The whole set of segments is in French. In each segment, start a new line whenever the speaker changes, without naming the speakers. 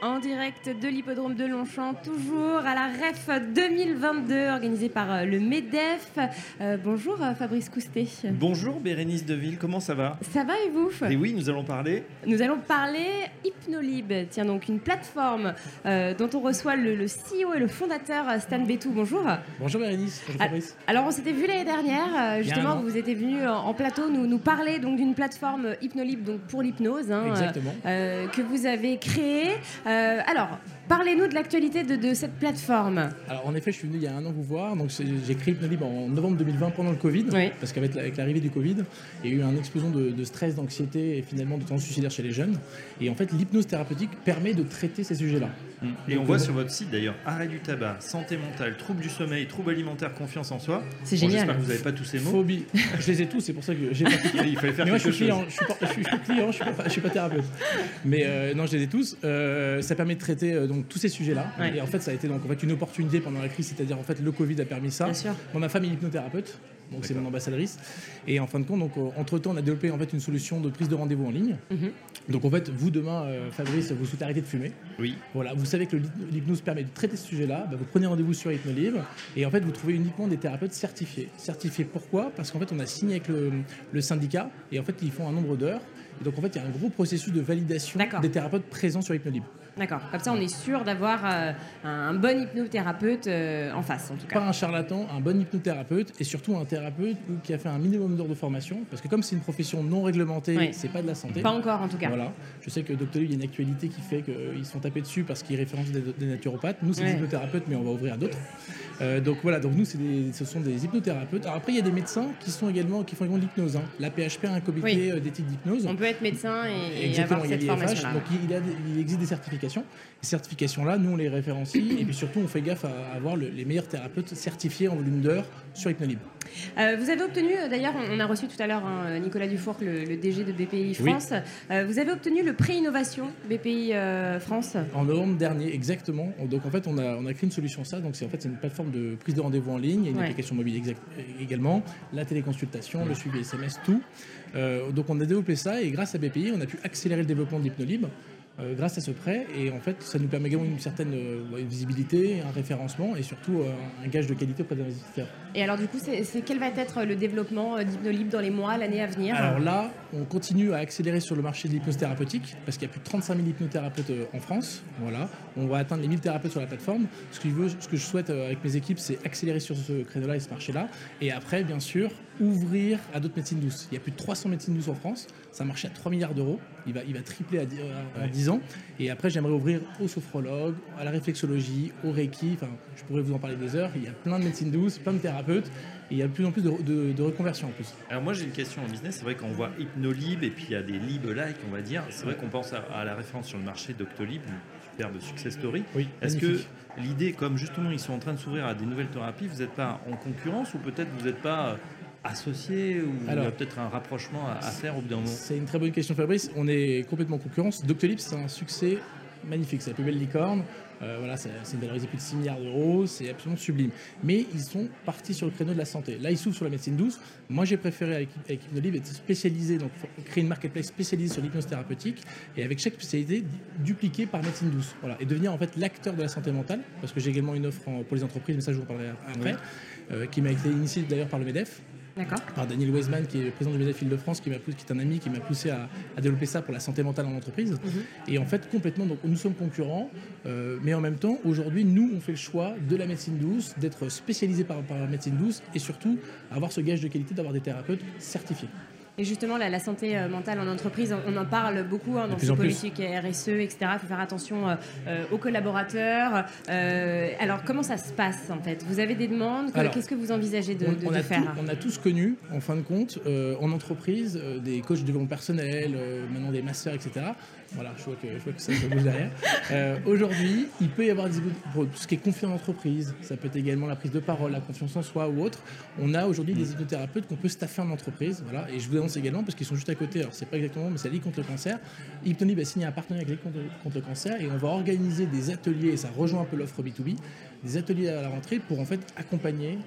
En direct de l'hippodrome de Longchamp, toujours à la REF 2022, organisée par euh, le MEDEF. Euh, bonjour Fabrice Coustet.
Bonjour Bérénice Deville, comment ça va
Ça va et vous
Et oui, nous allons parler.
Nous allons parler Hypnolib, tiens donc une plateforme euh, dont on reçoit le, le, CEO et le fondateur euh, Stan Betou. Bonjour.
Bonjour Bérénice. Bonjour Fabrice.
Alors on s'était vu l'année dernière, euh, justement vous étiez venu en plateau nous, nous parler donc d'une plateforme Hypnolib donc pour l'hypnose hein, euh, que vous avez créée. Euh, alors, parlez-nous de l'actualité de, de, cette plateforme.
Alors, en effet, je suis venu il y a un an vous voir. Donc, j'ai créé Hypnolib en novembre 2020 pendant le Covid, oui. parce qu'avec l'arrivée du Covid, il y a eu un explosion de, de stress, d'anxiété et finalement de tendances suicidaires chez les jeunes. Et en fait, l'hypnose thérapeutique permet de traiter ces sujets-là.
Et donc, on voit donc, sur votre site d'ailleurs arrêt du tabac, santé mentale, troubles du sommeil, troubles alimentaires, confiance en soi.
C'est bon, génial.
J'espère que vous n'avez pas tous ces mots.
Phobie. je les ai tous, c'est pour ça que j'ai pas.
il fallait faire
Mais moi,
quelque
je suis client, chose. Je suis, je suis client, je suis, pas, je suis pas thérapeute. Mais euh, non, je les ai tous. Euh, ça permet de traiter euh, donc tous ces sujets-là. Ouais. Et en fait, ça a été donc en fait une opportunité pendant la crise, c'est-à-dire en fait le Covid a permis ça.
Bien sûr.
Bon, ma femme est hypnothérapeute donc c'est mon ambassadrice. Et en fin de compte, donc entre temps, on a développé en fait une solution de prise de rendez-vous en ligne. Mm -hmm. Donc en fait, vous demain, euh, Fabrice, vous souhaitez arrêter de fumer.
Oui.
Voilà, vous savez que l'hypnose permet de traiter ce sujet-là. Bah, vous prenez rendez-vous sur Hypnolib et en fait, vous trouvez uniquement des thérapeutes certifiés. Certifiés pourquoi Parce qu'en fait, on a signé avec le, le syndicat et en fait, ils font un nombre d'heures. Et donc en fait, il y a un gros processus de validation des thérapeutes présents sur Hypnolib.
D'accord. Comme ça, on est sûr d'avoir euh, un, un bon hypnothérapeute euh, en face, en tout cas.
Pas un charlatan, un bon hypnothérapeute et surtout un thérapeute qui a fait un minimum d'heures de formation. Parce que comme c'est une profession non réglementée, oui. c'est pas de la santé.
Pas encore, en tout cas.
Voilà. Je sais que Doctolib, il y a une actualité qui fait qu'ils sont tapés dessus parce qu'ils référencent des, des, naturopathes. Nous, c'est ouais. des hypnothérapeutes, mais on va ouvrir à d'autres. Euh, donc voilà, donc nous, des, ce sont des hypnothérapeutes. Alors après, il y a des médecins qui sont également qui font également de l'hypnose. Hein. La PHP a un comité oui. d'éthique euh, d'hypnose.
On peut être médecin et, Exactement, avoir cette formation.
Donc il, y a, il existe des certifications ces certifications-là, nous, on les référencie et puis surtout, on fait gaffe à avoir le, les meilleurs thérapeutes certifiés en volume d'heures sur Hypnolib.
Euh, vous avez obtenu, d'ailleurs, on a reçu tout à l'heure hein, Nicolas Dufour, le, le, DG de BPI France. Oui. Euh, vous avez obtenu le prix innovation BPI euh, France
En novembre dernier, exactement. Donc en fait, on a, on a créé une solution ça. Donc c'est en fait une plateforme de prise de rendez-vous en ligne, et une ouais. application mobile exact, euh, également, la téléconsultation, ouais. le suivi SMS, tout. Euh, donc on a développé ça et grâce à BPI, on a pu accélérer le développement de l'Hypnolib. Euh, grâce à ce prêt. Et en fait, ça nous permet également une certaine euh, visibilité, un référencement et surtout euh, un gage de qualité auprès des investisseurs.
Et alors, du coup, c'est quel va être le développement euh, d'Hypnolib dans les mois, l'année à venir
Alors là, on continue à accélérer sur le marché de l'hypnose thérapeutique parce qu'il y a plus de 35 000 hypnothérapeutes euh, en France. Voilà, on va atteindre les 1000 thérapeutes sur la plateforme. Ce que je, veux, ce que je souhaite euh, avec mes équipes, c'est accélérer sur ce créneau-là et ce marché-là. Et après, bien sûr, ouvrir à d'autres médecines douces. Il y a plus de 300 médecines douces en France. C'est un marché à 3 milliards d'euros. Il va, il va tripler à, euh, à, à ouais. 10 Ans. Et après, j'aimerais ouvrir aux sophrologues, à la réflexologie, au Reiki. Enfin, je pourrais vous en parler des heures. Il y a plein de médecines douces, plein de thérapeutes. Et il y a de plus en plus de, de, de reconversions en plus.
Alors moi j'ai une question en business, c'est vrai qu'on voit Hypnolib et puis il y a des Lib-like on va dire. C'est vrai qu'on pense à, à, la référence sur le marché Doctolib, une superbe success story.
Oui,
Est-ce que l'idée, comme justement ils sont en train de s'ouvrir à des nouvelles thérapies, vous n'êtes pas en concurrence ou peut-être vous n'êtes pas euh, associés ou Alors, il y a peut-être un rapprochement à, à faire au bout d'un moment
C'est une très bonne question Fabrice, on est complètement en concurrence. Doctolib c'est un succès magnifique, c'est la plus belle licorne. Euh, voilà, c'est valorisé plus de 6 milliards d'euros, c'est absolument sublime. Mais ils sont partis sur le créneau de la santé. Là, ils s'ouvrent sur la médecine douce. Moi, j'ai préféré avec, avec Hypnolib être spécialisé, donc créer une marketplace spécialisée sur l'hypnose thérapeutique et avec chaque spécialité dupliquée par médecine douce. Voilà, et devenir en fait l'acteur de la santé mentale, parce que j'ai également une offre en, pour les entreprises, mais ça, je vous en parlerai après, oui. euh, qui m'a été initiée d'ailleurs par le MEDEF. Par Daniel Weisman, qui est président du MEDEF Île de France, qui, poussé, qui est un ami qui m'a poussé à, à, développer ça pour la santé mentale en entreprise. Mm -hmm. Et en fait, complètement, donc nous sommes concurrents, euh, mais en même temps, aujourd'hui, nous, on fait le choix de la médecine douce, d'être spécialisé par, par la médecine douce et surtout avoir ce gage de qualité d'avoir des thérapeutes certifiés.
Et justement, la, la santé euh, mentale en entreprise, on, on en parle beaucoup hein, dans ces politiques RSE, etc. Il faut faire attention euh, aux collaborateurs. Euh, alors, comment ça se passe en fait Vous avez des demandes Qu'est-ce que vous envisagez de, de,
on, on
de faire
tout, On a tous connu, en fin de compte, euh, en entreprise, euh, des coachs de développement personnel, euh, maintenant des masters, etc. Voilà, je vois que, je vois que ça se bouge derrière. Euh, Aujourd'hui, il peut y avoir des pour tout ce qui est confiance en entreprise. Ça peut être également la
Mm.
prise de parole, la confiance en soi ou autre. On a aujourd'hui mmh. des hypnothérapeutes qu'on peut staffer en entreprise. Voilà, et je vous Valence également, parce qu'ils sont juste à côté. Alors, c'est pas exactement, mais c'est la Ligue contre le cancer. Hypnolib a signé un partenariat avec la Ligue contre, le cancer et on va organiser des ateliers, et ça rejoint un peu l'offre B2B, des ateliers à la rentrée pour en fait accompagner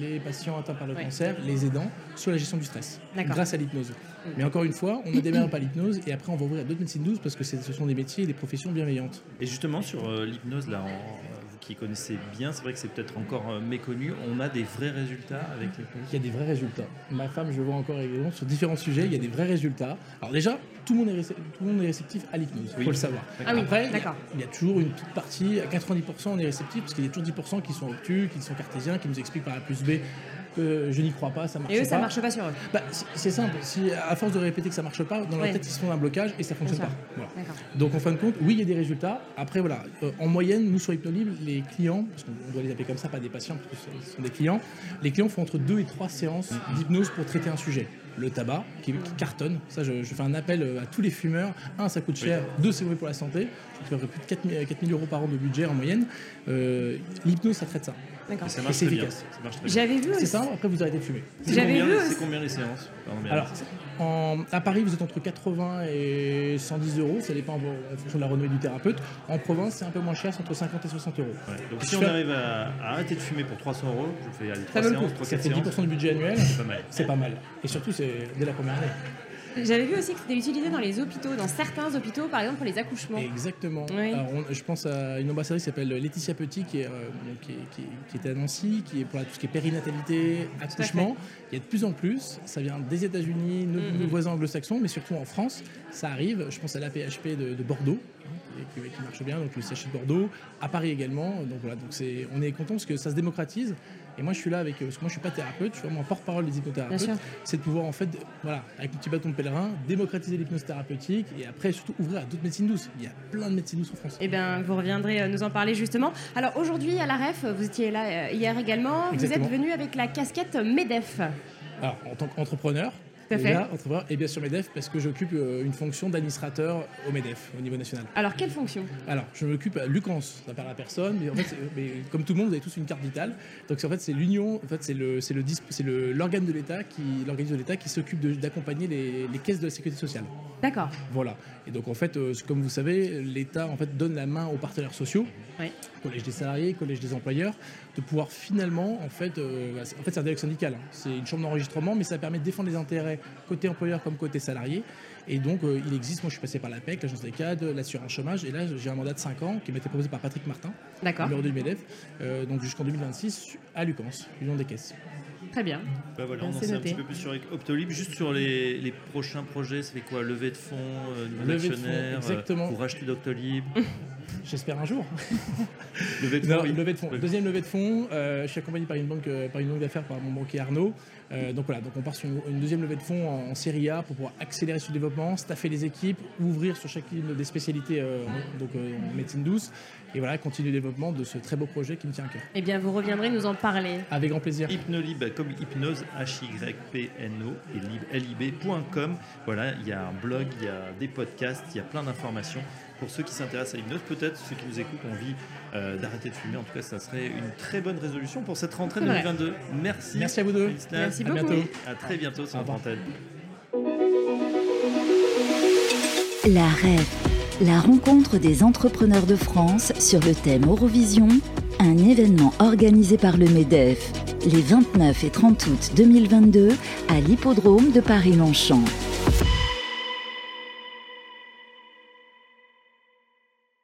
les patients atteints par le
Ouais.
cancer, les aidants, sur la gestion du stress,
D'accord. Mm.
grâce à l'hypnose. Mais encore une fois, on ne démarre par l'hypnose et après on va ouvrir à d'autres médecines douces parce que c'est- ce sont des métiers et des professions bienveillantes.
Et justement, sur euh, l'hypnose, là, en- vous qui connaissez bien, c'est vrai que c'est peut-être encore euh, méconnu, on a des vrais résultats avec l'hypnose.
Il y a des vrais résultats. Ma femme, je vois encore également sur différents sujets, il y a des vrais résultats. Alors déjà, tout le monde est, réce- tout le monde est réceptif à l'hypnose, il
Oui.
faut le savoir.
Ah oui,
Après, il y a-
d'accord.
il y, a toujours une petite partie, à 90% on est réceptif, parce qu'il y a toujours 10% qui sont obtus, qui sont cartésiens, qui nous expliquent par A plus B que je n'y crois pas, ça marche
Et eux,
pas.
ça marche pas sur eux.
Bah, c'est- C'est simple, si à force de répéter que ça marche pas, dans leur
Ouais.
tête ils se font un blocage et ça fonctionne
ça.
pas. Voilà.
D'accord.
Donc en fin de compte, oui, il y a des résultats. Après, voilà, euh, en moyenne, nous sur Hypnolib, les clients, parce qu'on doit les appeler comme ça, pas des patients, parce que ce sont des clients, les clients font entre deux et trois séances d'hypnose pour traiter un sujet. Le tabac, qui, qui cartonne, ça je, je fais un appel euh, à tous les fumeurs. Un, ça coûte cher, deux, c'est mauvais pour la santé. Je ferai plus de 4 000, 4 000 euros par an de budget en moyenne. Euh, L'hypnose, ça traite ça.
D'accord.
Ça
Et
marche
c'est
très bien.
efficace.
Ça marche très bien.
J'avais vu
C'est
aussi.
ça, après vous arrêtez de fumer.
C'est
J'avais
combien-
vu
C'est
aussi-
combien les séances Pardon, mais- euh,
Alors, en- à Paris, vous êtes entre 80 et 110 euros, ça dépend en en fonction de la renommée du thérapeute. En province, c'est un peu moins cher, c'est entre 50 et 60 euros.
Ouais. Donc
Je
si on
fais-
arrive à, à arrêter de fumer pour 300 euros, je fais aller 3
vaut le
séances,
coup.
3
Ça
4
fait
séances,
10% du budget annuel,
c'est pas mal.
c'est pas mal. Et surtout, c'est dès la première année.
J'avais vu aussi que c'était utilisé dans les hôpitaux, dans certains hôpitaux, par exemple pour les accouchements.
Exactement.
Oui.
Alors, on- je pense à une ambassadrice qui s'appelle Laetitia Petit, qui, est, euh, donc, qui, est- qui est- qui était à Nancy, qui est pour la- tout ce qui est périnatalité, accouchement. Il y a de plus en plus, ça vient des États-Unis, nos,
Mhm.
nos voisins anglo-saxons, mais surtout en France, ça arrive. Je pense à l'APHP de, de Bordeaux, hein, qui, qui marche bien, donc le sachet de Bordeaux, à Paris également. Donc voilà, donc c'est- on est content parce que ça se démocratise. Et moi, je suis là avec, euh, parce que moi, je suis pas thérapeute, je suis vraiment un porte-parole des hypnothérapeutes.
Bien sûr.
C'est de pouvoir, en fait, voilà, avec le petit bâton de pèlerin, démocratiser l'hypnose thérapeutique et après, surtout, ouvrir à d'autres médecines douces. Il y a plein de médecines douces en France.
Eh bien, vous reviendrez euh, nous en parler justement. Alors aujourd'hui, à la REF, vous étiez là euh, hier également.
Exactement.
Vous êtes venu avec la casquette MEDEF.
Alors, en tant qu'entrepreneur,
Tout à fait.
déjà, entrepreneur, et bien sûr MEDEF, parce que j'occupe euh, une fonction d'administrateur au MEDEF, au niveau national.
Alors, quelle fonction
Alors, je m'occupe euh, à Lucans, ça parle à personne, mais en fait, c'est- mais comme tout le monde, vous avez tous une carte vitale. Donc, c'est- en fait, c'est l'union, en fait, c'est le, c'est le, disp- c'est le- l'organe de l'État qui, l'organisme de l'État qui s'occupe de- d'accompagner les, les caisses de la sécurité sociale.
D'accord.
Voilà. Et donc, en fait, euh, comme vous savez, l'État, en fait, donne la main aux partenaires sociaux
Oui.
collège des salariés, collège des employeurs, de pouvoir finalement, en fait, euh, bah, c'est- en fait c'est un dialogue syndical, hein. c'est une chambre d'enregistrement, mais ça permet de défendre les intérêts côté employeur comme côté salarié. Et donc, euh, il existe, moi je suis passé par l'APEC, l'agence des cadres, l'assurance chômage, et là j'ai un mandat de 5 ans qui m'a été proposé par Patrick Martin,
D'accord.
numéro 2 du MEDEF, euh, donc jusqu'en 2026 à Lucans, l'Union des caisses.
Très bien.
Bah voilà,
Bien,
on en
c'est
sait un
noté.
petit peu plus sur Optolib. Juste sur les, les prochains projets, c'est quoi Levée de fonds, euh, nouveaux
Levée de fonds,
actionnaires, euh,
exactement.
pour acheter d'Octolib,
J'espère un jour.
levée de fonds,
Non,
oui.
levée de fonds.
Oui.
Deuxième levée de fonds. euh, je suis accompagné par une banque, euh, par une banque d'affaires, par mon banquier Arnaud. Euh, donc voilà, donc on part sur une, une deuxième levée de fonds en, en série A pour pouvoir accélérer ce développement, staffer les équipes, ouvrir sur chacune des spécialités euh, en- donc euh, en médecine douce et voilà, continuer le développement de ce très beau projet qui me tient à cœur.
Eh bien, vous reviendrez nous en parler.
Avec grand plaisir.
Hypnolib comme hypnose, H-Y-P-N-O et lib- lib.com. Voilà, il y a un blog, il y a des podcasts, il y a plein d'informations. Pour ceux qui s'intéressent à l'hypnose, peut-être ceux qui nous écoutent ont envie euh, d'arrêter de fumer. En tout cas, ça serait une très bonne résolution pour cette rentrée
C'est vrai.
2022. Merci.
Merci à vous deux.
Félicitations.
Merci
À
beaucoup.
bientôt.
À très bientôt sur
Au revoir.
Antenne.
La REV, la rencontre des entrepreneurs de France sur le thème Eurovision, un événement organisé par le MEDEF les 29 et 30 août 2022 à l'hippodrome de Paris-Longchamp.